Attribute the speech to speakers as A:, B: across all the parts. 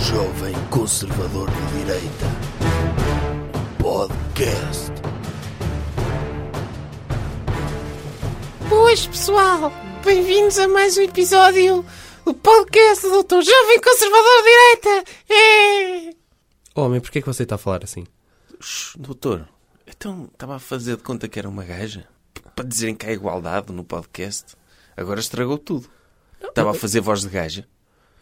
A: Jovem Conservador de Direita. Podcast.
B: Boas pessoal, bem-vindos a mais um episódio do podcast do Dr. Jovem Conservador de Direita. É.
C: Homem, porquê que você está a falar assim?
D: Shh, doutor, então estava a fazer de conta que era uma gaja? P- Para dizerem que há igualdade no podcast? Agora estragou tudo. Estava a fazer voz de gaja?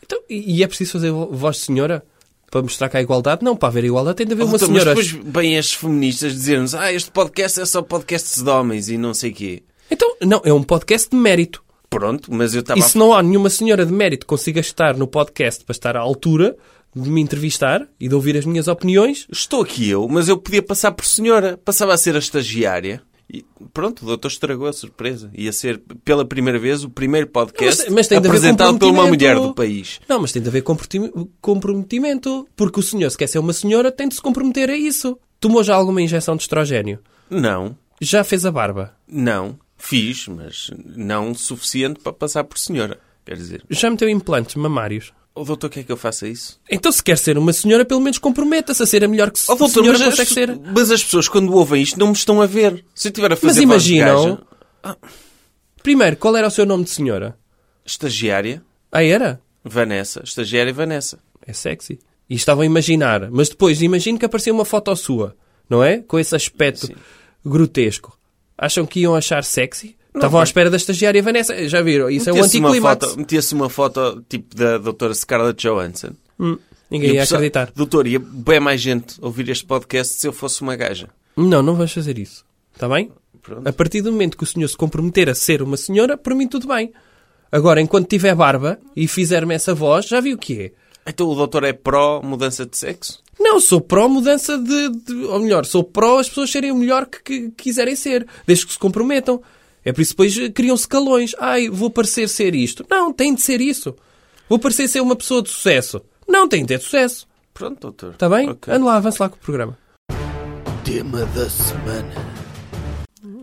C: Então, e, e é preciso fazer vo- voz de senhora para mostrar que há igualdade? Não, para haver igualdade tem de haver
D: Oh,
C: uma
D: doutor,
C: senhora.
D: Mas depois vêm as feministas dizer-nos ah, este podcast é só podcast de homens e não sei quê.
C: Então, não, é um podcast de mérito.
D: Pronto, mas eu estava
C: E
D: a...
C: se não há nenhuma senhora de mérito que consiga estar no podcast para estar à altura de me entrevistar e de ouvir as minhas opiniões,
D: Estou aqui eu, mas eu podia passar por senhora. Passava a ser a estagiária. E pronto, o doutor estragou a surpresa. Ia ser, pela primeira vez, o primeiro podcast
C: Mas- mas tem de haver
D: apresentado por uma
C: comprometimento.
D: mulher do país.
C: não, mas tem de haver comprometi- comprometimento. Porque o senhor, se quer ser uma senhora, tem de se comprometer a isso. Tomou já alguma injeção de estrogênio?
D: Não.
C: Já fez a barba?
D: Não, fiz, mas não o suficiente para passar por senhora. Quer dizer,
C: Já meteu implantes mamários?
D: o doutor quer que eu faça isso?
C: Então, se quer ser uma senhora, pelo menos comprometa-se a ser a melhor que se
D: Oh, doutor,
C: senhora
D: mas, as,
C: consegue ser.
D: mas as pessoas quando ouvem isto não me estão a ver. Se eu estiver a
C: Mas
D: fazer voz de
C: imaginam.
D: gaja,
C: Primeiro, qual era o seu nome de senhora?
D: estagiária,
C: Ah, era?
D: Vanessa, estagiária Vanessa.
C: É sexy. E estavam a imaginar. Mas depois, imagino que aparecia uma foto sua, não é? Com esse aspecto grotesco. Acham que iam achar sexy? Estavam à espera da estagiária Vanessa. Já viram? Isso é um
D: Metia-se uma
C: anticlimax.
D: foto, metia-se uma foto tipo da doutora Scarlett Johansson.
C: Hum,
D: E
C: ninguém
D: o
C: ia
D: pessoal-
C: acreditar.
D: Doutor, ia bem mais gente ouvir este podcast se eu fosse uma gaja.
C: Não, não vais fazer isso. Está bem?
D: Pronto.
C: A partir do momento que o senhor se comprometer a ser uma senhora, por mim tudo bem. Agora, enquanto tiver barba e fizer-me essa voz, já viu o que é?
D: Então o doutor é pró mudança de sexo?
C: Não, sou pró mudança de, de- Ou melhor, sou pró as pessoas serem o melhor que, que quiserem ser, desde que se comprometam. É por isso que depois eh, criam-se calões. Ai, vou parecer ser isto. Não, tem de ser isso. Vou parecer ser uma pessoa de sucesso. Não, tem de ter sucesso.
D: Pronto, doutor.
C: Está Tá bem?
D: Ok.
C: Ande lá, avance lá com o programa.
A: Tema da semana.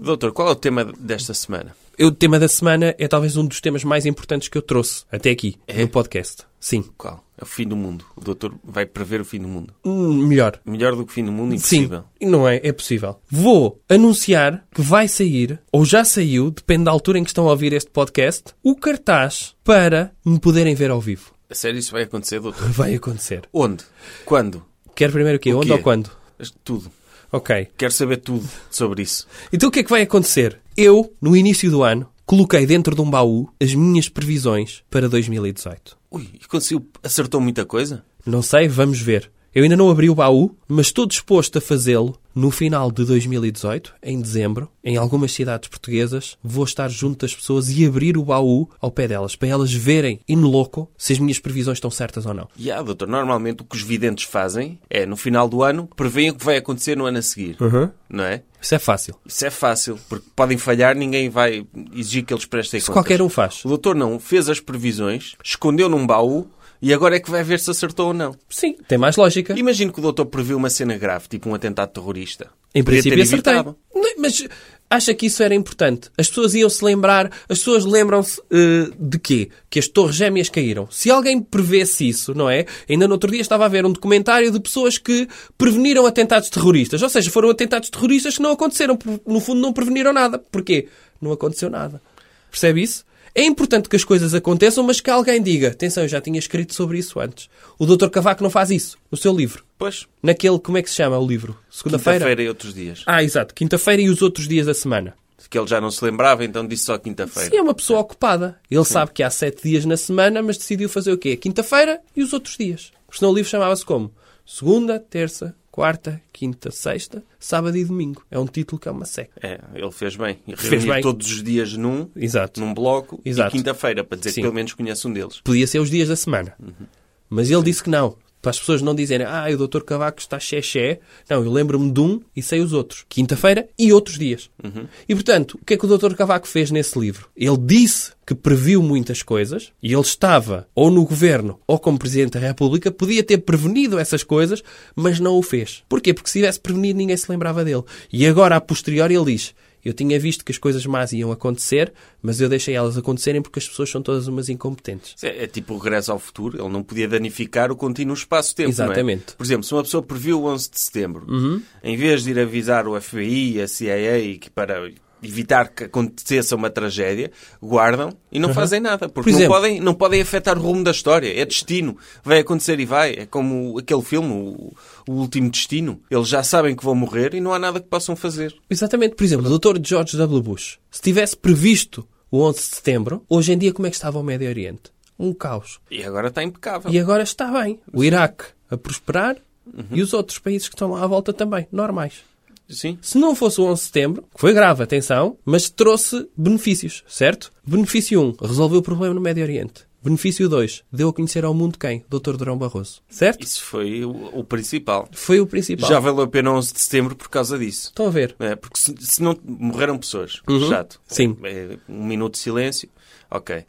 D: Doutor, qual é o tema desta semana?
C: Eu, o tema da semana é talvez um dos temas mais importantes que eu trouxe até aqui, no podcast. Sim.
D: Qual? É o fim do mundo. O doutor vai prever o fim do mundo.
C: Hum, melhor.
D: Melhor do que o fim do mundo,
C: Sim,
D: impossível.
C: não é? É possível. Vou anunciar que vai sair, ou já saiu, depende da altura em que estão a ouvir este podcast, o cartaz para me poderem ver ao vivo.
D: A sério, isso vai acontecer, doutor?
C: Vai acontecer.
D: Onde? Quando?
C: Quer primeiro o quê?
D: O
C: Onde
D: quê?
C: ou quando?
D: Tudo.
C: Ok.
D: Quero saber tudo sobre isso.
C: Então o que é que vai acontecer? Eu, no início do ano, coloquei dentro de um baú as minhas previsões para 2018.
D: Ui, e conseguiu? Acertou muita coisa?
C: Não sei, vamos ver. Eu ainda não abri o baú, mas estou disposto a fazê-lo no final de 2018, em dezembro, em algumas cidades portuguesas. Vou estar junto das pessoas e abrir o baú ao pé delas, para elas verem, in loco, se as minhas previsões estão certas ou não.
D: E ah, doutor, normalmente o que os videntes fazem é, no final do ano, preveem o que vai acontecer no ano a seguir. Não é?
C: Isso é fácil.
D: Isso é fácil, porque podem falhar, ninguém vai exigir que eles prestem
C: Se
D: contas.
C: qualquer um faz.
D: O doutor não fez as previsões, escondeu num baú e agora é que vai ver se acertou ou não.
C: Sim, tem mais lógica.
D: Imagino que o doutor previu uma cena grave, tipo um atentado terrorista.
C: Em
D: Podia
C: princípio
D: ter
C: acertei.
D: evitado.
C: Não, Mas acha que isso era importante? As pessoas iam se lembrar, as pessoas lembram-se eh, de quê? Que as torres gêmeas caíram. Se alguém prevesse isso, não é? Ainda no outro dia estava a ver um documentário de pessoas que preveniram atentados terroristas. Ou seja, foram atentados terroristas que não aconteceram. por- No fundo não preveniram nada. Porquê? Não aconteceu nada. Percebe isso? É importante que as coisas aconteçam, mas que alguém diga, atenção, eu já tinha escrito sobre isso antes. O Dr. Cavaco não faz isso, no seu livro.
D: Pois,
C: Naquele, como é que se chama o livro? Segunda-feira?
D: quinta-feira e outros dias.
C: Ah, exato. Quinta-feira e os outros dias da semana.
D: Que ele já não se lembrava, então disse só quinta-feira.
C: Sim, é uma pessoa ocupada. Ele sabe que há sete dias na semana, mas decidiu fazer o quê? Quinta-feira e os outros dias. Porque senão o livro chamava-se como? Segunda, terça, quarta, quinta, sexta, sábado e domingo. É um título que é uma seca.
D: É, ele fez bem. E
C: Fez
D: reuniu
C: bem.
D: todos os dias num,
C: Exato.
D: num bloco
C: Exato.
D: e quinta-feira, para dizer
C: Sim.
D: que pelo menos conhece um deles.
C: Podia ser os dias da semana. Mas ele disse que não. Para as pessoas não dizerem, ah, o Dr. Cavaco está xé-xé. Não, eu lembro-me de um e sei os outros. Quinta-feira e outros dias. E, portanto, o que é que o Dr. Cavaco fez nesse livro? Ele disse que previu muitas coisas e ele estava ou no governo ou como Presidente da República, podia ter prevenido essas coisas, mas não o fez. Porquê? Porque se tivesse prevenido ninguém se lembrava dele. E agora, a posteriori, ele diz, Eu tinha visto que as coisas más iam acontecer, mas eu deixei elas acontecerem porque as pessoas são todas umas incompetentes.
D: É, é tipo o regresso ao futuro. Ele não podia danificar o contínuo espaço-tempo, não é?
C: Exatamente.
D: Por exemplo, se uma pessoa previu o 11 de setembro, em vez de ir avisar o FBI, a CIA, e que para evitar que aconteça uma tragédia, guardam e não fazem nada.
C: Por
D: Porque não
C: exemplo.
D: podem, não podem afetar o rumo da história. É destino. Vai acontecer e vai. É como aquele filme, o, o Último Destino. Eles já sabem que vão morrer e não há nada que possam fazer.
C: Exatamente. Por exemplo, o doutor George W. Bush. Se tivesse previsto o 11 de setembro, hoje em dia como é que estava o Médio Oriente? Um caos.
D: E agora está impecável.
C: E agora está bem. O Iraque a prosperar
D: Uhum.
C: e os outros países que estão lá à volta também, normais.
D: Sim.
C: Se não fosse o 11 de setembro, que foi grave, atenção, mas trouxe benefícios, certo? Benefício 1, resolveu o problema no Médio Oriente. Benefício 2, deu a conhecer ao mundo quem? Dr. Durão Barroso, certo?
D: Isso foi o, o principal.
C: Foi o principal.
D: Já valeu a pena 11 de setembro por causa disso.
C: Estão a ver?
D: É, porque se, se não morreram pessoas, chato.
C: Uhum. Sim.
D: É, um minuto de silêncio, ok.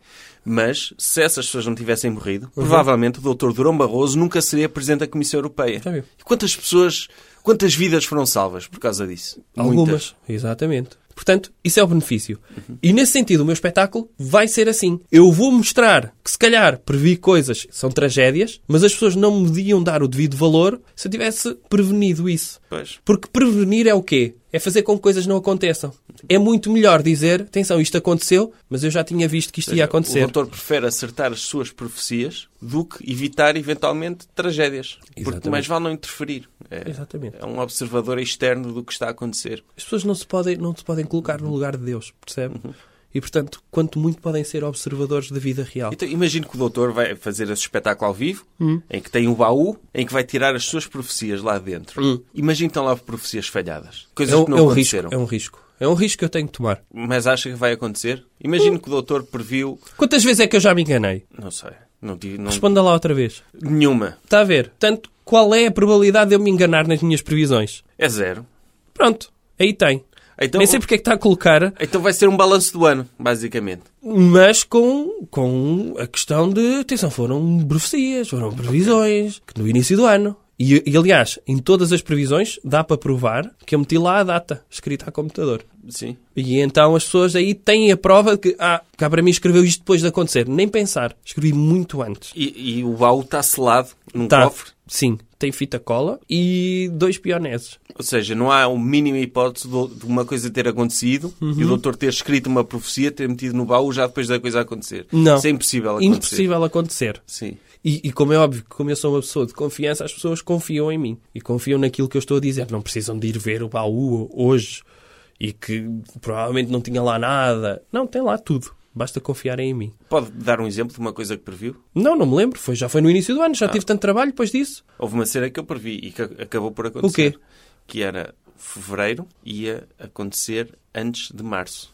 D: Mas se essas pessoas não tivessem morrido,
C: Uhum.
D: provavelmente o Dr. Durão Barroso nunca seria presidente da Comissão Europeia.
C: Já viu.
D: E quantas pessoas, quantas vidas foram salvas por causa disso?
C: Algumas.
D: Muitas.
C: Exatamente. Portanto, isso é o benefício.
D: Uhum.
C: E nesse sentido, o meu espetáculo vai ser assim. Eu vou mostrar que, se calhar, previ coisas que são tragédias, mas as pessoas não me deviam dar o devido valor se eu tivesse prevenido isso.
D: Pois.
C: Porque prevenir é o quê? É fazer com que coisas não aconteçam.
D: Uhum.
C: É muito melhor dizer, atenção, isto aconteceu, mas eu já tinha visto que isto ia acontecer.
D: O doutor prefere acertar as suas profecias do que evitar eventualmente tragédias.
C: Exatamente.
D: Porque mais vale não interferir. É,
C: Exatamente.
D: é um observador externo do que está a acontecer.
C: As pessoas não se podem, não se podem colocar no lugar de Deus, percebe?
D: Uhum.
C: E, portanto, quanto muito podem ser observadores da vida real.
D: Então, imagino que o doutor vai fazer esse espetáculo ao vivo, em que tem um baú, em que vai tirar as suas profecias lá dentro. Imagino que estão lá profecias falhadas. Coisas
C: Hum. É um,
D: que não
C: é um risco.
D: aconteceram.
C: É um risco. É um risco que eu tenho que tomar.
D: Mas acha que vai acontecer? Imagino que o doutor previu...
C: Quantas vezes é que eu já me enganei?
D: Não sei. Não tive... Não...
C: Responda lá outra vez.
D: Nenhuma.
C: Está a ver? Portanto, qual é a probabilidade de eu me enganar nas minhas previsões?
D: É zero.
C: Pronto, aí tem.
D: Então,
C: Nem sei porque é que está a colocar,
D: então vai ser um balanço do ano, basicamente.
C: mas com, com a questão de. Atenção, foram profecias, foram previsões, que no início do ano. E, e, aliás, em todas as previsões, dá para provar que eu meti lá a data escrita a computador.
D: Sim.
C: E então as pessoas aí têm a prova de que, ah, cá para mim escreveu isto depois de acontecer. Nem pensar, escrevi muito antes.
D: E, e o baú está selado num
C: Tá.
D: Um cofre.
C: Sim, tem fita cola e dois pioneses.
D: Ou seja, não há o mínimo hipótese do- de uma coisa ter acontecido
C: Uhum.
D: e o doutor ter escrito uma profecia, ter metido no baú já depois da coisa acontecer.
C: Não.
D: Isso é impossível acontecer.
C: Impossível acontecer.
D: Sim.
C: E, e como é óbvio, que como eu sou uma pessoa de confiança, as pessoas confiam em mim e confiam naquilo que eu estou a dizer. Não precisam de ir ver o baú hoje e que provavelmente não tinha lá nada. Não, tem lá tudo. Basta confiarem em mim.
D: Pode dar um exemplo de uma coisa que previu?
C: Não, não me lembro. Foi, já foi no início do ano,
D: Ah.
C: já tive tanto trabalho depois disso.
D: Houve uma cena que eu previ e que ac- acabou por acontecer.
C: O quê?
D: Que era fevereiro ia acontecer antes de março.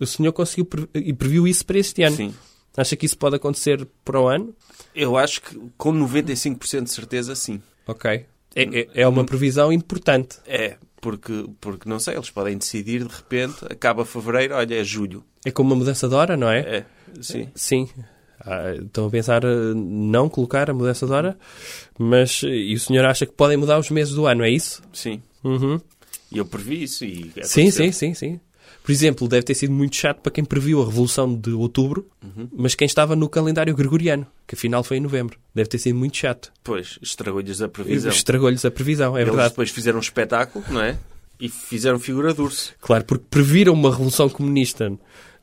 C: O senhor conseguiu pre- e previu isso para este ano.
D: Sim.
C: Acha que isso pode acontecer para o ano?
D: Eu acho que com 95% de certeza, sim.
C: Ok. É, é, é uma previsão importante.
D: É, porque, porque não sei, eles podem decidir de repente, acaba fevereiro, olha, é julho.
C: É como uma mudança de hora, não é?
D: É, sim.
C: Sim. Ah, estão a pensar eh, não colocar a mudança de hora, mas eh, e o senhor acha que podem mudar os meses do ano, é isso?
D: Sim.
C: Uhum.
D: E eu previ isso e
C: Sim,
D: aconteceu.
C: sim, sim, sim. Por exemplo, deve ter sido muito chato para quem previu a Revolução de Outubro,
D: Uhum.
C: mas quem estava no calendário gregoriano, que afinal foi em novembro. Deve ter sido muito chato.
D: Pois, estragou-lhes a previsão.
C: Estragou-lhes a previsão, é
D: Eles
C: verdade.
D: depois fizeram um espetáculo, não é? E fizeram figura de urso.
C: Claro, porque previram uma revolução comunista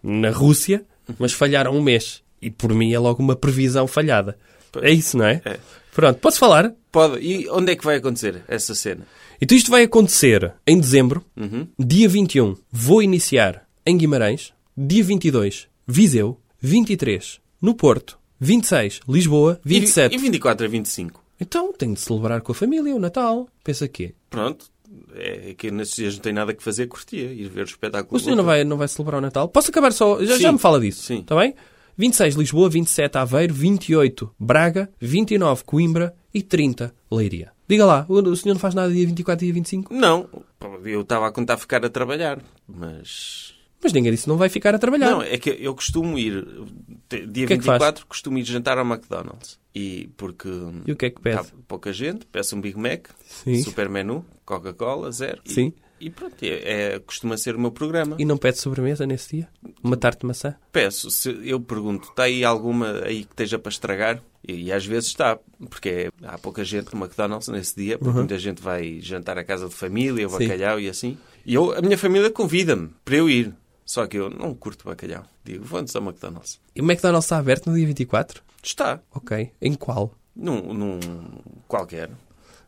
C: na Rússia, mas falharam um mês. E por mim é logo uma previsão falhada.
D: Pois.
C: É isso, não é?
D: É.
C: Pronto, posso falar?
D: Pode. E onde é que vai acontecer essa cena?
C: Então isto vai acontecer em dezembro,
D: Uhum.
C: dia 21, vou iniciar em Guimarães, dia 22, Viseu, 23, no Porto, 26, Lisboa,
D: E-
C: 27.
D: E 24 a 25.
C: Então tenho de celebrar com a família o Natal. Pensa quê?
D: Pronto. É que nesses dias não tem nada que fazer, curtia. Ir ver o espetáculo.
C: O senhor não vai, não vai celebrar o Natal? Posso acabar só? Já,
D: Sim.
C: já me fala disso.
D: Sim.
C: Está bem? 26 Lisboa, 27 Aveiro, 28 Braga, 29 Coimbra e 30 Leiria. Diga lá, o o senhor não faz nada dia 24 e dia 25?
D: Não. Pô, Eu estava a contar ficar a trabalhar. Mas...
C: Mas ninguém disse não vai ficar a trabalhar.
D: Não, é que eu costumo ir... te- Dia
C: O que é que faz?
D: 24 costumo ir jantar ao McDonald's. E porque...
C: E o que é que pede?
D: Tá pouca gente, peço um Big Mac,
C: Sim.
D: super menu, Coca-Cola, zero. E-
C: Sim.
D: E, E pronto, é, é- costuma ser o meu programa.
C: E não pede sobremesa nesse dia? Uma tarte de maçã?
D: Peço, se eu pergunto, está aí alguma aí que esteja para estragar? E, e às vezes está, porque é- há pouca gente no McDonald's nesse dia, porque muita gente vai jantar à casa de família, o
C: Uhum. Sim.
D: bacalhau e assim. E eu, a minha família convida-me para eu ir, só que eu não curto bacalhau. Digo, vamos ao McDonald's.
C: E o McDonald's está aberto no dia 24?
D: Está,
C: Ok. Em qual?
D: num, num qualquer.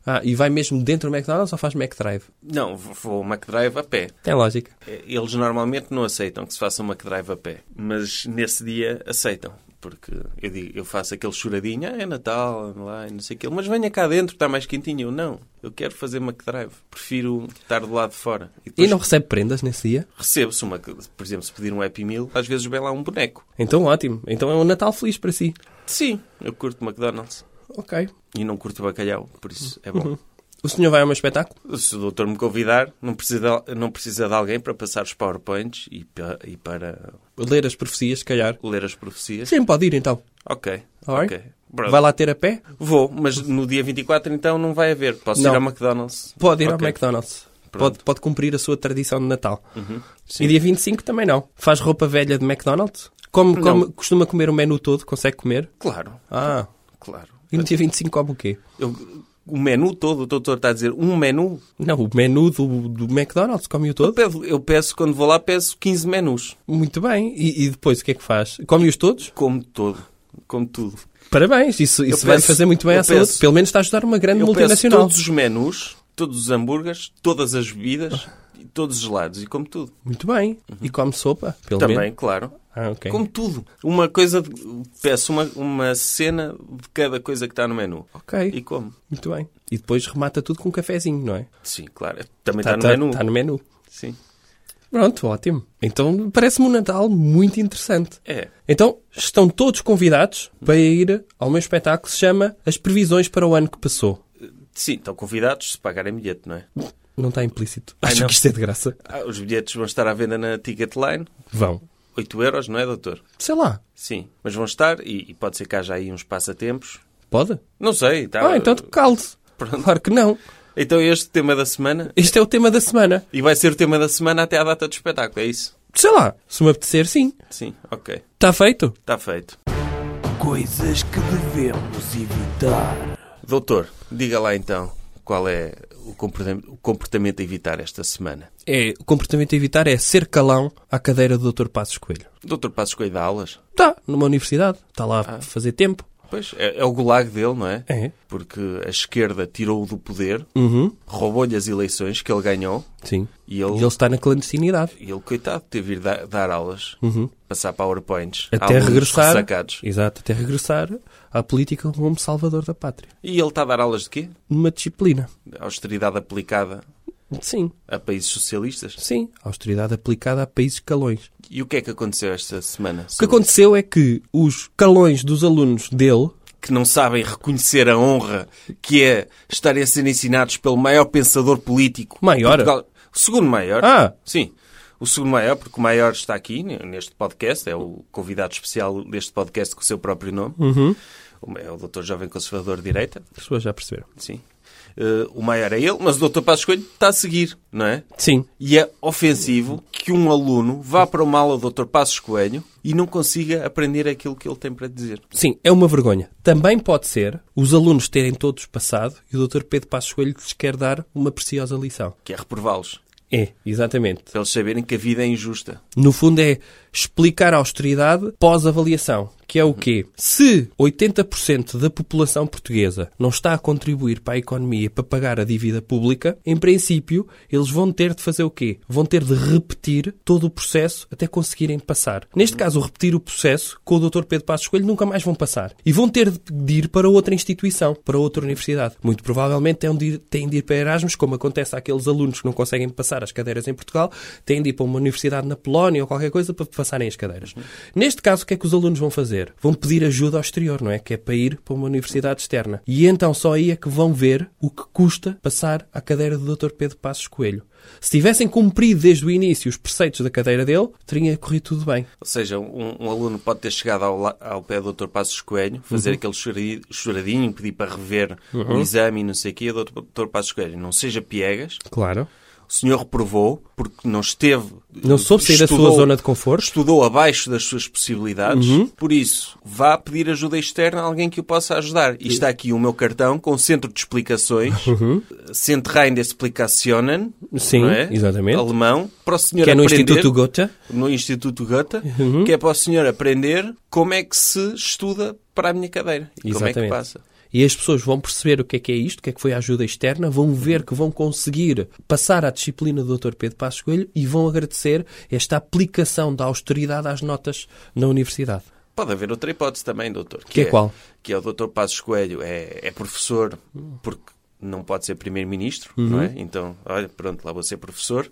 C: Ah, e vai mesmo dentro do McDonald's ou faz McDrive?
D: Não, v- vou ao McDrive a pé.
C: Tem lógica.
D: Eles normalmente não aceitam que se faça uma drive a pé, mas nesse dia aceitam. Porque eu digo, eu faço aquele choradinho, ah, é Natal, ando lá, e não sei o quê, mas venha cá dentro, está mais quentinho. Eu não, eu quero fazer uma drive, prefiro estar do lado de fora. E
C: E
D: depois
C: não recebe prendas nesse dia?
D: recebo-se uma, por exemplo, se pedir um Happy Meal, às vezes vem lá um boneco.
C: Então ótimo. Então é um Natal feliz para si.
D: Sim, eu curto McDonald's
C: Ok.
D: e não curto bacalhau, por isso é bom.
C: O senhor vai a um espetáculo?
D: Se o doutor me convidar, não precisa, de- não precisa de alguém para passar os PowerPoints e pa- e para
C: Ler as profecias, se calhar.
D: ler as profecias.
C: Sim, pode ir então.
D: Ok.
C: Alright?
D: ok. Pronto.
C: Vai lá ter a pé?
D: Vou, mas no dia 24 então não vai haver. Posso
C: Não.
D: ir ao McDonald's?
C: Pode ir
D: Ok.
C: ao McDonald's. Pode,
D: Pronto. Uhum.
C: pode cumprir a sua tradição de Natal. E dia 25 também não. Faz roupa velha de McDonald's? Come, come, costuma comer o menu todo? Consegue comer?
D: Claro,
C: Ah.
D: claro.
C: E no dia 25 come o quê?
D: Eu- o menu todo, o doutor está a dizer um menu.
C: Não, o menu do, do McDonald's come-o
D: Eu
C: todo.
D: peço, eu peço, quando vou lá, peço 15 menus.
C: Muito bem. E, e depois o que é que faz? Come-os todos?
D: Como todo. Como tudo.
C: Parabéns. Isso, isso vai
D: penso-
C: fazer muito bem
D: eu
C: à saúde.
D: penso-
C: Pelo menos está a ajudar uma grande
D: Eu peço
C: É multinacional.
D: todos os menus, todos os hambúrgueres, todas as bebidas, e todos os gelados e como tudo.
C: Muito bem. E come sopa? Pelo
D: Uhum. Também,
C: menos.
D: claro.
C: Ah, ok.
D: Como tudo. Uma coisa, de- peço uma, uma cena de cada coisa que está no menu.
C: Ok.
D: E como?
C: Muito bem. E depois remata tudo com um cafezinho, não é?
D: Sim, claro. Também
C: Tá-
D: está no
C: tá-
D: menu.
C: tá no menu.
D: Sim.
C: Pronto, ótimo. Então parece-me um Natal muito interessante.
D: É.
C: Então estão todos convidados para ir ao meu espetáculo que se chama As Previsões para o Ano que Passou.
D: Sim, estão convidados se pagarem bilhete, não é?
C: Não está implícito.
D: Ai,
C: Acho
D: não.
C: que isto é de graça.
D: Ah, os bilhetes vão estar à venda na Ticketline.
C: Vão.
D: 8 euros, não é, doutor?
C: Sei lá.
D: Sim. Mas vão estar e, e pode ser que haja aí uns passatempos.
C: Pode?
D: Não sei. Tá,
C: Ah, então tu calde.
D: Pronto.
C: Claro que não.
D: Então este tema da semana.
C: Este é o tema da semana.
D: E vai ser o tema da semana até à data do espetáculo, é isso?
C: Sei lá. Se me apetecer, sim.
D: Sim, ok.
C: Está feito?
D: Está feito.
A: Coisas que devemos evitar.
D: Doutor, diga lá então qual é o comportam- o comportamento a evitar esta semana.
C: É, o comportamento a evitar é ser calão à cadeira do Dr. Passos Coelho.
D: Doutor Passos Coelho dá aulas?
C: Está numa universidade. Está lá
D: Ah.
C: a fazer tempo.
D: Pois, é, é o gulag dele, não é?
C: É. Uhum.
D: Porque a esquerda tirou-o do poder, roubou-lhe as eleições que ele ganhou
C: Sim.
D: e
C: E
D: ele,
C: ele está na clandestinidade.
D: e ele, coitado, teve de ir dar, dar aulas, passar PowerPoints,
C: Uhum. até
D: alunos
C: regressar
D: ressacados.
C: exato até regressar à política como salvador da pátria
D: E ele está a dar aulas de quê?
C: numa disciplina
D: De austeridade aplicada
C: sim
D: a países socialistas.
C: sim austeridade aplicada a países calões
D: E o que é que aconteceu esta semana?
C: o que aconteceu é que os calões dos alunos dele
D: que não sabem reconhecer a honra que é estarem a ser ensinados pelo maior pensador político.
C: Maior?
D: de Portugal. O segundo maior.
C: Ah.
D: Sim. O segundo maior, porque o maior está aqui ne- neste podcast, é o convidado especial deste podcast com o seu próprio nome. O- É o Dr. Jovem Conservador de Direita.
C: as pessoas já perceberam
D: Sim. Eh, o maior é ele, mas o Dr. Passos Coelho está a seguir, não é?
C: sim
D: E é ofensivo que um aluno vá para uma aula do Dr. Passos Coelho e não consiga aprender aquilo que ele tem para dizer.
C: sim é uma vergonha também pode ser os alunos terem todos passado e o Dr Pedro Passos Coelho lhes quer dar uma preciosa lição
D: Que é reprová-los.
C: é exatamente
D: para eles saberem que a vida é injusta.
C: No fundo é explicar a austeridade pós-avaliação, que é o quê? Se 80% da população portuguesa não está a contribuir para a economia e para pagar a dívida pública, em princípio, eles vão ter de fazer o quê? Vão ter de repetir todo o processo até conseguirem passar. Neste caso, repetir o processo com o Dr. Pedro Passos Coelho nunca mais vão passar. E vão ter de ir para outra instituição, para outra universidade. Muito provavelmente têm de ir, têm de ir para Erasmus, como acontece àqueles alunos que não conseguem passar as cadeiras em Portugal, têm de ir para uma universidade na Polónia ou qualquer coisa para passarem as cadeiras. Neste caso, o que é que os alunos vão fazer? Vão pedir ajuda ao exterior, não é? Que é para ir para uma universidade externa. E então só aí é que vão ver o que custa passar à cadeira do Dr. Pedro Passos Coelho. Se tivessem cumprido desde o início os preceitos da cadeira dele, teria corrido tudo bem.
D: Ou seja, um, um aluno pode ter chegado ao, la- ao pé do Dr. Passos Coelho,
C: Uhum.
D: fazer aquele choradi- choradinho, pedir para rever o exame e não sei o quê, do Dr. Passos Coelho, não seja piegas,
C: Claro.
D: O senhor reprovou porque não esteve.
C: Não soube sair da sua
D: estudou-
C: zona de Uhum. conforto.
D: Estudou abaixo das suas possibilidades, por isso, vá pedir ajuda externa a alguém que o possa ajudar. E está aqui o meu cartão com o centro de explicações, Centrein de Explicationen,
C: Uhum. Sim,
D: não é?
C: exatamente.
D: alemão, para o senhor
C: Que é no
D: aprender,
C: Instituto Goethe.
D: no Instituto Goethe,
C: Uhum.
D: que é para o senhor aprender como é que se estuda para a minha cadeira e como é que
C: Exatamente.
D: passa.
C: E as pessoas vão perceber o que é que é isto, o que é que foi a ajuda externa,
D: Uhum.
C: vão ver que vão conseguir passar à disciplina do Dr. Pedro Passos Coelho e vão agradecer esta aplicação da austeridade às notas na universidade.
D: Pode haver outra hipótese também, doutor.
C: Que é qual?
D: Que é o doutor Passos Coelho. É, é professor porque não pode ser primeiro-ministro,
C: Uhum.
D: não é? Então, olha, pronto, lá vou ser professor.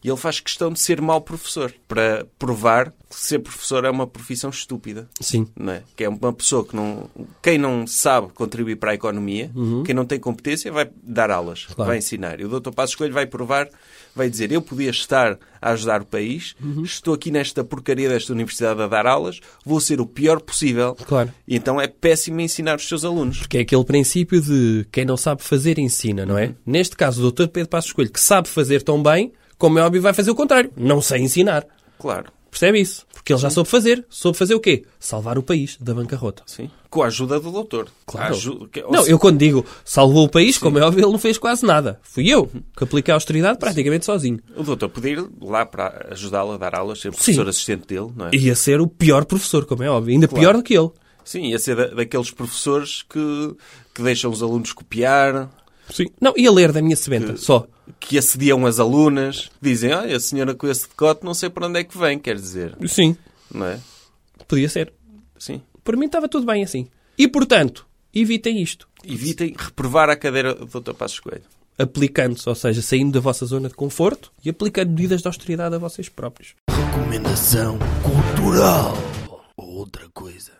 D: E ele faz questão de ser mau professor para provar que ser professor é uma profissão estúpida.
C: Sim.
D: Não é? Que é uma pessoa que não... Quem não sabe contribuir para a economia, quem não tem competência, vai dar aulas,
C: Uhum. Claro.
D: vai ensinar. E o doutor Passos Coelho vai provar, vai dizer, eu podia estar a ajudar o país,
C: Uhum.
D: estou aqui nesta porcaria desta universidade a dar aulas, vou ser o pior possível.
C: Claro.
D: E então é péssimo ensinar os seus alunos.
C: Porque é aquele princípio de quem não sabe fazer ensina, não
D: Uhum.
C: é? Neste caso, o Dr. Pedro Passos Coelho, que sabe fazer tão bem, como é óbvio, vai fazer o contrário. Não sei ensinar.
D: Claro.
C: Percebe isso? Porque ele já soube fazer. Soube fazer o quê? Salvar o país da bancarrota.
D: Sim. Com a ajuda do doutor.
C: Claro.
D: A aju- que- é, ou
C: Não,
D: se-
C: eu quando digo salvou o país, como é óbvio, ele não fez quase nada. Fui eu
D: Uhum.
C: que apliquei a austeridade praticamente sozinho.
D: O doutor podia ir lá para ajudá-lo a dar aulas, ser professor assistente dele, não é?
C: Ia ser o pior professor, como é óbvio. Ainda pior do que ele.
D: Sim, ia ser da- daqueles professores que, que deixam os alunos copiar,
C: Sim. Não, ia ler da minha sementa, só.
D: que assediam as alunas, dizem, olha, a senhora com esse decote não sei para onde é que vem, quer dizer,
C: Sim.
D: não é?
C: Podia ser.
D: Sim.
C: Por mim estava tudo bem assim. E, portanto, evitem isto.
D: Evitem reprovar a cadeira do Dr. Passos Coelho.
C: Aplicando-se, ou seja, saindo da vossa zona de conforto e aplicando medidas de austeridade a vocês próprios.
A: Recomendação cultural. Outra coisa.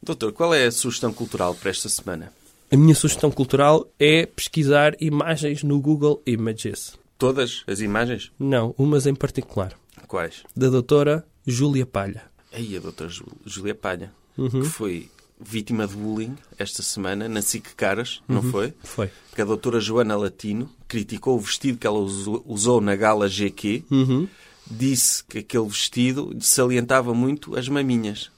D: Doutor, qual é a sugestão cultural para esta semana?
C: A minha sugestão cultural é pesquisar imagens no Google Images.
D: Todas as imagens?
C: Não, umas em particular.
D: Quais?
C: Da doutora Júlia Palha.
D: Aí a doutora Ju- Júlia Palha, que foi vítima de bullying esta semana na SIC Caras, não foi?
C: Foi.
D: que a doutora Joana Latino criticou o vestido que ela usou, usou na gala GQ, disse que aquele vestido salientava muito as maminhas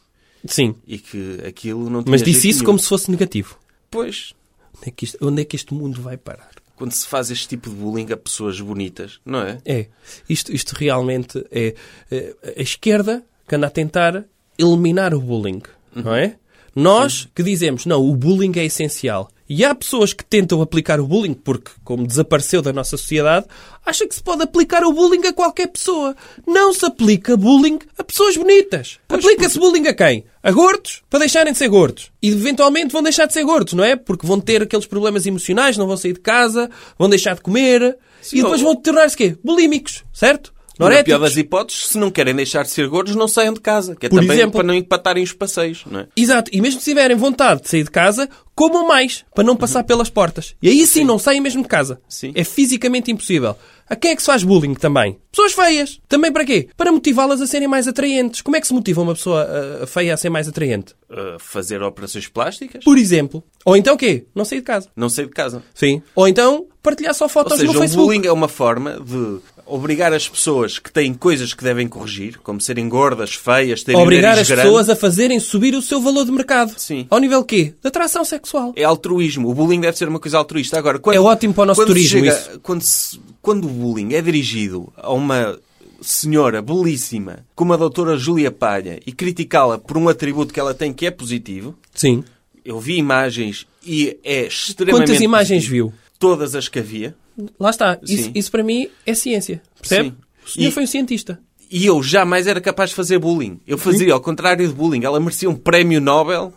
C: Sim.
D: e que aquilo não tinha
C: Mas disse
D: jeito
C: isso
D: nenhum.
C: como se fosse negativo.
D: Pois,
C: Onde é, que isto, onde é que este mundo vai parar?
D: quando se faz este tipo de bullying a pessoas bonitas, não é?
C: É, isto, isto realmente é, é, a esquerda que anda a tentar eliminar o bullying, não é? Nós que dizemos, não, o bullying é essencial. E há pessoas que tentam aplicar o bullying porque, como desapareceu da nossa sociedade, acha que se pode aplicar o bullying a qualquer pessoa. Não se aplica bullying a pessoas bonitas. Aplica-se bullying a quem? A gordos, para deixarem de ser gordos. E eventualmente vão deixar de ser gordos, não é? Porque vão ter aqueles problemas emocionais, não vão sair de casa, vão deixar de comer.
D: Sim,
C: e depois
D: ou-
C: vão tornar-se quê? Bulímicos, certo?
D: Na pior das
C: Noréticos.
D: hipóteses, se não querem deixar de ser gordos, não saiam de casa. Que é
C: Por
D: também
C: exemplo.
D: para não empatarem os passeios, não é?
C: Exato. E mesmo se tiverem vontade de sair de casa, comam mais, para não passar pelas portas. E aí sim, não saem mesmo de casa.
D: Uhum. Sim.
C: É fisicamente impossível. A quem é que se faz bullying também? Pessoas feias. Também para quê? Para motivá-las a serem mais atraentes. Como é que se motiva uma pessoa ah, feia a ser mais atraente?
D: Ah, fazer operações plásticas?
C: Por exemplo. Ou então o quê? Não sair de casa.
D: Não sair de casa.
C: Sim. Ou então partilhar só fotos
D: Ou seja,
C: no
D: o
C: Facebook.
D: bullying é uma forma de obrigar as pessoas que têm coisas que devem corrigir, como serem gordas, feias, terem
C: Obrigar
D: nariz
C: as
D: grande.
C: pessoas a fazerem subir o seu valor de mercado.
D: Sim.
C: Ao nível quê? Da atração sexual.
D: É altruísmo. O bullying deve ser uma coisa altruísta. Agora, quando,
C: É ótimo para o nosso
D: quando se
C: turismo,
D: chega-
C: isso.
D: Quando, se- quando o bullying é dirigido a uma senhora belíssima, como a doutora Júlia Palha, e criticá-la por um atributo que ela tem que é positivo,
C: Sim.
D: eu vi imagens e é extremamente
C: Quantas imagens
D: positivo.
C: viu?
D: Todas as que havia.
C: Lá está. Isso,
D: Sim.
C: isso para mim é ciência. Percebe?
D: Sim.
C: O senhor
D: E-
C: foi um cientista.
D: E eu jamais era capaz de fazer bullying. Eu fazia ao contrário de bullying. Ela merecia um prémio Nobel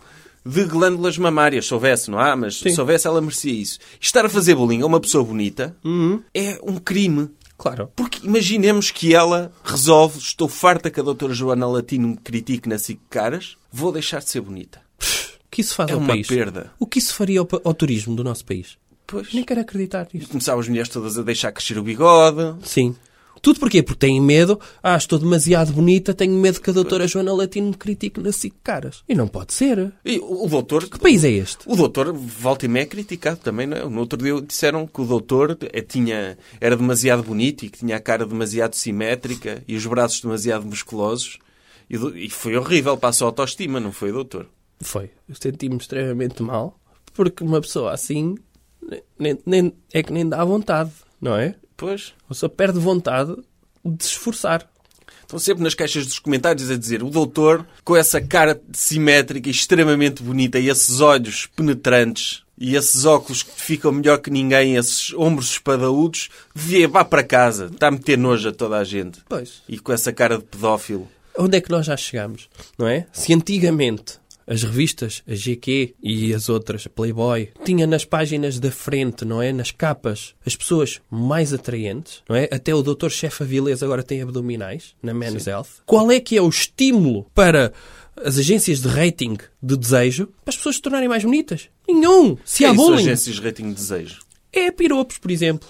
D: de glândulas mamárias, se houvesse, não há? Mas se houvesse, ela merecia isso. Estar a fazer bullying a uma pessoa bonita é um crime.
C: Claro.
D: Porque imaginemos que ela resolve, estou farta que a doutora Joana Latino me critique na SIC Caras, vou deixar de ser bonita.
C: O que isso faz
D: É
C: ao
D: uma
C: país?
D: perda.
C: O que isso faria ao, pa- ao turismo do nosso país?
D: Pois.
C: Nem quero acreditar nisto.
D: Começavam as mulheres todas a deixar crescer o bigode,
C: Sim. Tudo porquê? Porque têm medo. Ah, estou demasiado bonita, tenho medo que a doutora Joana Latino me critique nas cinco caras. E não pode ser.
D: E o o doutor...
C: Que país é este?
D: O doutor volta e meia é criticado também, não é? No outro dia disseram que o doutor eh, tinha, era demasiado bonito e que tinha a cara demasiado simétrica e os braços demasiado musculosos. E, do- e foi horrível para a sua autoestima, não foi, doutor?
C: Foi. Senti-me extremamente mal, porque uma pessoa assim ne- nem, nem- é que nem dá vontade, não é?
D: Pois.
C: Ou só perde vontade de se esforçar.
D: Estão sempre nas caixas dos comentários a dizer o doutor, com essa cara simétrica e extremamente bonita e esses olhos penetrantes e esses óculos que ficam melhor que ninguém, esses ombros espadaúdos, devia vá para casa. Está a meter nojo a toda a gente.
C: Pois.
D: E com essa cara de pedófilo.
C: Onde é que nós já chegamos, não é? Se antigamente as revistas, a GQ e as outras, a Playboy, tinha nas páginas da frente, não é? Nas capas, as pessoas mais atraentes, não é? Até o Dr. Chefe Avilés agora tem abdominais, na Men's Health. Qual é que é o estímulo para as agências de rating de desejo para as pessoas se tornarem mais bonitas? Nenhum! Se
D: é
C: há
D: isso,
C: bullying,
D: agências de rating de desejo.
C: é piropos, por exemplo.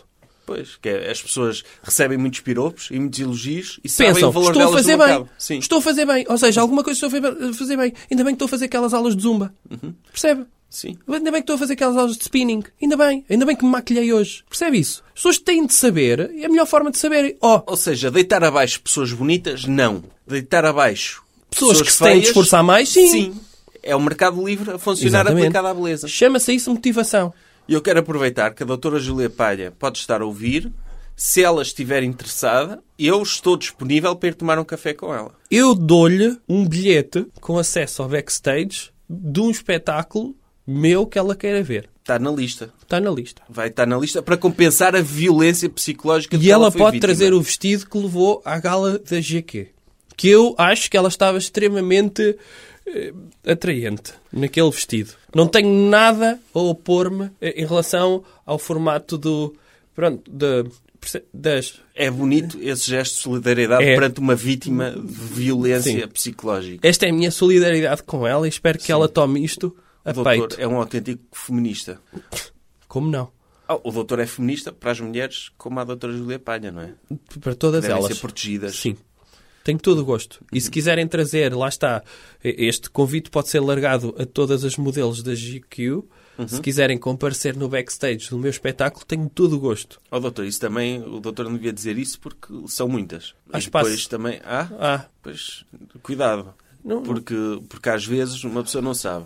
D: Pois, que é, as pessoas recebem muitos piropos e muitos elogios e sabem
C: Pensam,
D: o valor
C: estou a
D: delas
C: fazer
D: no
C: bem,
D: mercado. Sim.
C: estou a fazer bem. Ou seja, alguma coisa estou a fa- fazer bem. Ainda bem que estou a fazer aquelas aulas de zumba.
D: Uhum.
C: Percebe?
D: Sim.
C: Ainda bem que estou a fazer aquelas aulas de spinning. Ainda bem. Ainda bem que me maquilhei hoje. Percebe isso? As pessoas têm de saber. É "Oh, a melhor forma de saber. Ó,
D: Ou seja, deitar abaixo pessoas bonitas, não. Deitar abaixo
C: Pessoas que se têm de esforçar mais, sim.
D: É o mercado livre a funcionar
C: Exatamente.
D: aplicado à beleza.
C: chama-se isso motivação.
D: E eu quero aproveitar que a doutora Julia Palha pode estar a ouvir. Se ela estiver interessada, eu estou disponível para ir tomar um café com ela.
C: Eu dou-lhe um bilhete com acesso ao backstage de um espetáculo meu que ela queira ver.
D: Está na lista.
C: Está na lista.
D: Vai estar na lista para compensar a violência psicológica de
C: E
D: que
C: ela
D: foi
C: pode
D: vítima.
C: trazer o vestido que levou à gala da GQ. Que eu acho que ela estava extremamente eh, atraente naquele vestido. Não tenho nada a opor-me eh, em relação ao formato do. Pronto, da- perce- das.
D: É bonito esse gesto de solidariedade
C: É.
D: perante uma vítima de violência
C: Sim.
D: psicológica.
C: Esta é a minha solidariedade com ela e espero que ela tome isto a
D: O doutor
C: peito.
D: é um autêntico feminista.
C: Como não?
D: Ah, o doutor é feminista para as mulheres, como a doutora Julia Palha, não é?
C: Para todas
D: Devem
C: elas.
D: ser protegidas.
C: Sim. Tenho todo o gosto. E se quiserem trazer, lá está, e- este convite pode ser largado a todas as modelos da GQ. Se quiserem comparecer no backstage do meu espetáculo, tenho todo o gosto.
D: Oh, doutor, isso também, o doutor não devia dizer isso porque são muitas.
C: Há
D: e
C: espaço.
D: depois também há,
C: Ah,
D: pois, cuidado.
C: Não-
D: porque, porque às vezes uma pessoa não sabe.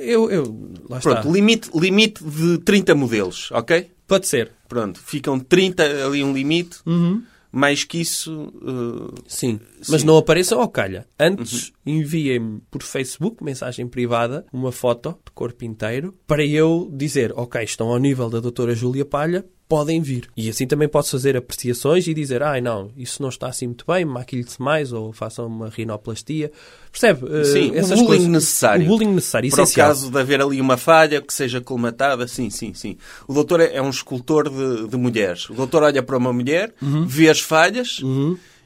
C: eu, eu lá está.
D: Pronto, limite, limite de 30 modelos, ok?
C: Pode ser.
D: Pronto, ficam 30 ali um limite.
C: Uhum.
D: Mais que isso, eh, Uhum.
C: Sim. Mas não apareçam ao calha. Antes, enviem-me por Facebook, mensagem privada, uma foto de corpo inteiro, para eu dizer, ok, estão ao nível da doutora Júlia Palha, podem vir. E assim também posso fazer apreciações e dizer, ai não, isso não está assim muito bem, maquilhe-se mais ou façam uma rinoplastia. Percebe? Eh,
D: sim, o
C: essas
D: bullying
C: coisas-
D: necessário.
C: O bullying necessário, é
D: Para o
C: essencial.
D: caso de haver ali uma falha que seja colmatada, sim, sim, sim. O doutor é é um escultor de, de mulheres. O doutor olha para uma mulher,
C: Uhum.
D: vê as falhas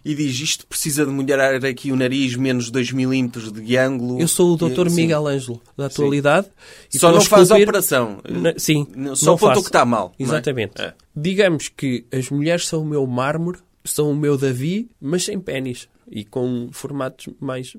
D: e diz isto precisa de melhorar aqui o nariz, menos 2 milímetros de ângulo.
C: Eu sou o
D: E,
C: Dr.
D: eh, sim.
C: Miguel Ângelo, da atualidade. e
D: Só
C: estou
D: não faz a
C: esculpir-
D: operação. Eh,
C: Na- sim.
D: Não- Só
C: não
D: aponta
C: faço.
D: o que está mal. não é?
C: Exatamente.
D: É.
C: Digamos que as mulheres são o meu mármore, são o meu Davi, mas sem pênis. E com formatos mais,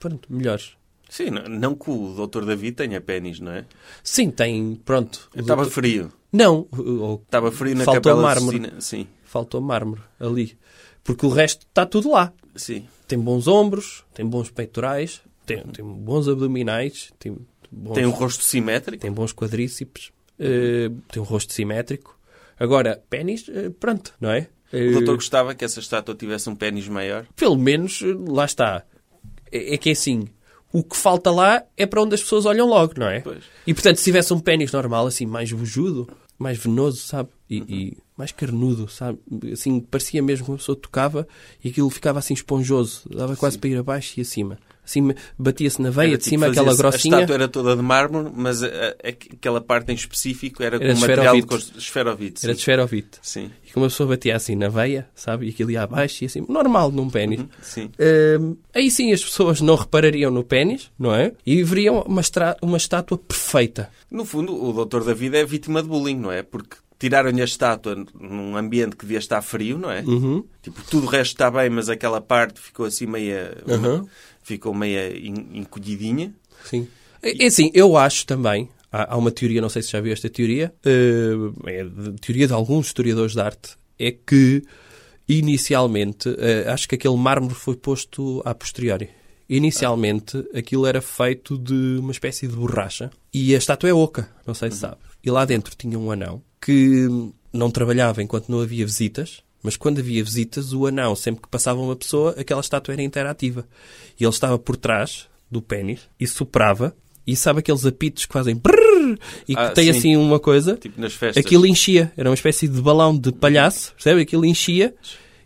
C: pronto, melhores.
D: Sim, não, não que o doutor David tenha pênis, não é?
C: Sim, tem, pronto. o
D: Estava
C: doutor-
D: frio.
C: Não. o- o-
D: Estava frio na
C: Faltou
D: capela de
C: mármore.
D: Sistina. Sim,
C: Faltou mármore ali. Porque o resto está tudo lá.
D: sim.
C: Tem bons ombros, tem bons peitorais, tem, tem bons abdominais, tem bons...
D: Uhum. Tem um rosto simétrico.
C: tem bons quadríceps, eh, tem um rosto simétrico. Agora, pênis, eh, pronto, não é? Eh,
D: O doutor gostava que essa estátua tivesse um pênis maior.
C: Pelo menos, eh, lá está. É, é que é assim, o que falta lá é para onde as pessoas olham logo, não é?
D: Pois.
C: E portanto, se tivesse um pênis normal, assim, mais bujudo, mais venoso, sabe? E, e mais carnudo, sabe? Assim, parecia mesmo que uma pessoa tocava e aquilo ficava assim esponjoso, dava quase para ir abaixo e acima. Assim, batia-se na veia
D: Era
C: de
D: tipo
C: cima, aquela
D: fazia-se- A
C: grossinha.
D: estátua era toda de mármore, mas a- a- aquela parte em específico era,
C: Era
D: com
C: de
D: material de
C: esferovite.
D: cons- esferovite.
C: Era de
D: sim.
C: esferovite.
D: Sim,
C: E que uma pessoa batia assim na veia, sabe? E aquilo ia abaixo e assim. Normal num pênis.
D: sim.
C: Hum, aí sim as pessoas não reparariam no pênis, não é? E veriam uma, estra- uma estátua perfeita.
D: No fundo, o doutor David é vítima de bullying, não é? Porque Tiraram-lhe a estátua num ambiente que devia estar frio, não é?
C: Uhum. Hum?
D: Tipo, tudo o resto está bem, mas aquela parte ficou assim meia...
C: Uhum.
D: Ficou meia en- encolhidinha.
C: Sim. É é assim, eu acho também. Há há uma teoria, não sei se já viu esta teoria, eh, é de- teoria de alguns historiadores de arte, é que inicialmente, eh, acho que aquele mármore foi posto a posteriori. Inicialmente, aquilo era feito de uma espécie de borracha e a estátua é oca, não sei se sabe. E lá dentro tinha um anão que não trabalhava enquanto não havia visitas, mas quando havia visitas, o anão, sempre que passava uma pessoa, aquela estátua era interativa. E ele estava por trás do pênis e soprava. E sabe aqueles apitos que fazem brrr, e que
D: Ah,
C: tem
D: sim.
C: assim uma coisa?
D: Tipo, nas festas.
C: Aquilo enchia. Era uma espécie de balão de palhaço, percebe? Aquilo enchia.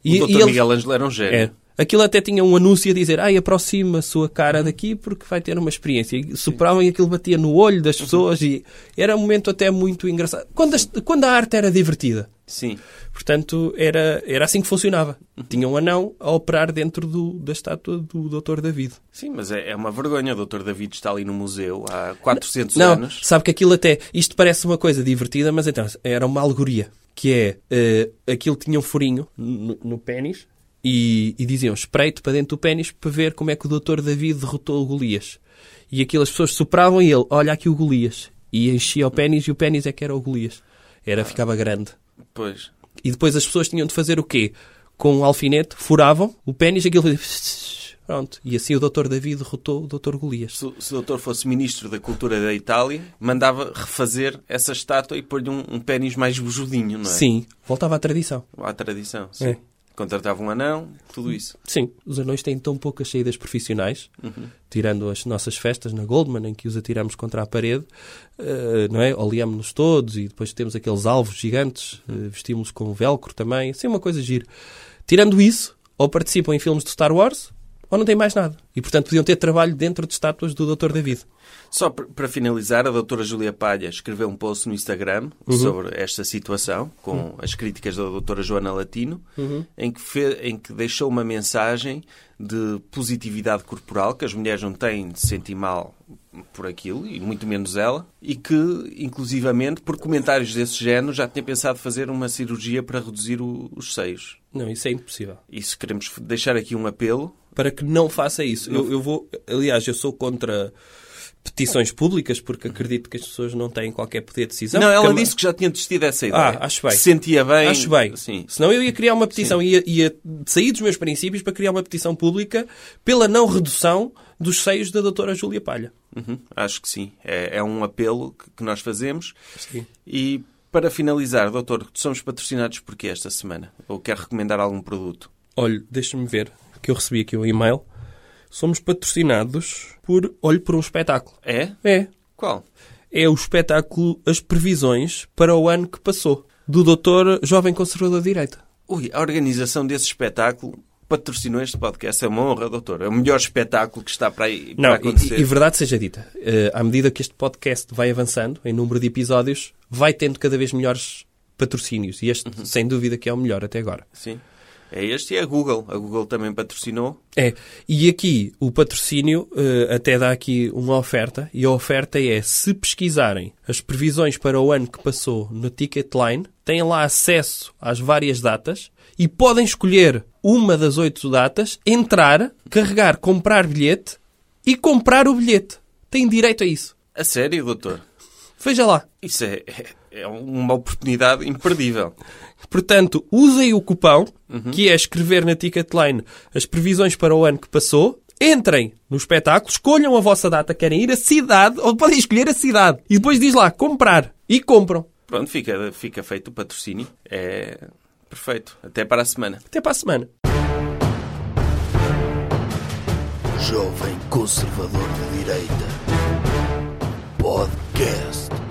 D: O doutor
C: ele-
D: Miguel Ângelo era um gênio.
C: é. Aquilo até tinha um anúncio a dizer, ai, aproxima a sua cara daqui porque vai ter uma experiência. E sopravam e aquilo batia no olho das pessoas e era um momento até muito engraçado. Quando, as- quando a arte era divertida.
D: Sim.
C: Portanto, era, era assim que funcionava.
D: Uhum.
C: Tinha um anão a operar dentro do- da estátua do Dr. David.
D: Sim, mas é, é uma vergonha. O doutor David está ali no museu há 400
C: Não,
D: anos.
C: sabe que aquilo até. Isto parece uma coisa divertida, mas então era uma alegoria. Que é. eh, aquilo tinha um furinho no, no pênis e, e diziam espreite para dentro do pênis para ver como é que o Dr. David derrotou o Golias. E aquilo as pessoas sopravam e ele, olha aqui o Golias. E enchia o pênis e o pênis é que era o Golias. Era, ficava grande.
D: Pois.
C: E depois as pessoas tinham de fazer o quê? Com um alfinete, furavam o pênis e aquilo fazia. Pronto. E assim o Dr. David derrotou o Dr. Golias.
D: Se, o- se o doutor fosse ministro da cultura da Itália, mandava refazer essa estátua e pôr-lhe um, um pênis mais bujudinho, não é?
C: Sim, voltava à tradição.
D: À tradição, sim.
C: É.
D: Contratava um anão, tudo isso.
C: Sim, Uhum. os anões têm tão poucas saídas profissionais, tirando as nossas festas na Goldman, em que os atiramos contra a parede, eh, não é? Oleamos-nos todos e depois temos aqueles alvos gigantes, eh, vestimos com velcro também, assim uma coisa gira. Tirando isso, ou participam em filmes de Star Wars, ou não têm mais nada. E portanto podiam ter trabalho dentro de estátuas do Dr. David.
D: Só por- para finalizar, a doutora Júlia Palha escreveu um post no Instagram
C: Uhum.
D: sobre esta situação, com as críticas da doutora Joana Latino,
C: Uhum.
D: em, que fe- em que deixou uma mensagem de positividade corporal, que as mulheres não têm de se sentir mal por aquilo, e muito menos ela, e que, inclusivamente, por comentários desse género, já tinha pensado fazer uma cirurgia para reduzir o- os seios.
C: Não, isso é impossível.
D: Isso queremos f- deixar aqui um apelo.
C: para que não faça isso. Eu, eu vou, aliás, eu sou contra petições públicas porque acredito que as pessoas não têm qualquer poder de decisão.
D: Não,
C: Porque é
D: ela
C: a ma-
D: disse que já tinha desistido dessa ideia.
C: Então, Ah, acho bem.
D: Se sentia bem.
C: Acho bem.
D: Sim.
C: Senão eu ia criar uma petição, ia, ia sair dos meus princípios para criar uma petição pública pela não redução dos seios da doutora Júlia Palha.
D: Uhum, acho que sim. É, é um apelo que, que nós fazemos. E para finalizar, doutor, somos patrocinados por quê esta semana? Ou quer recomendar algum produto?
C: Olhe, deixa-me ver que eu recebi aqui um e-mail. Somos patrocinados por Olhe por um espetáculo.
D: É?
C: É.
D: Qual?
C: É o espetáculo As Previsões para o ano que passou, do doutor Jovem Conservador de Direita.
D: Ui, a organização desse espetáculo patrocinou este podcast. É uma honra, doutor. É o melhor espetáculo que está para aí para
C: Não,
D: acontecer.
C: e, e verdade seja dita, eh, à medida que este podcast vai avançando em número de episódios, vai tendo cada vez melhores patrocínios. E este, sem dúvida, que é o melhor até agora.
D: Sim. É este e é a Google. A Google também patrocinou.
C: É, e aqui o patrocínio eh, até dá aqui uma oferta, e a oferta é se pesquisarem as previsões para o ano que passou no Ticketline, têm lá acesso às várias datas e podem escolher uma das oito datas, entrar, carregar, comprar bilhete e comprar o bilhete. Têm direito a isso.
D: A sério, doutor?
C: Veja lá.
D: Isso é, é- é uma oportunidade imperdível.
C: Portanto, usem o cupão, que é escrever na Ticketline as previsões para o ano que passou. Entrem no espetáculo, escolham a vossa data, querem ir à cidade, ou podem escolher a cidade. E depois diz lá, comprar. E compram.
D: Pronto, fica, fica feito o patrocínio. É perfeito. Até para a semana.
C: Até para a semana.
A: Jovem Conservador de Direita. Podcast.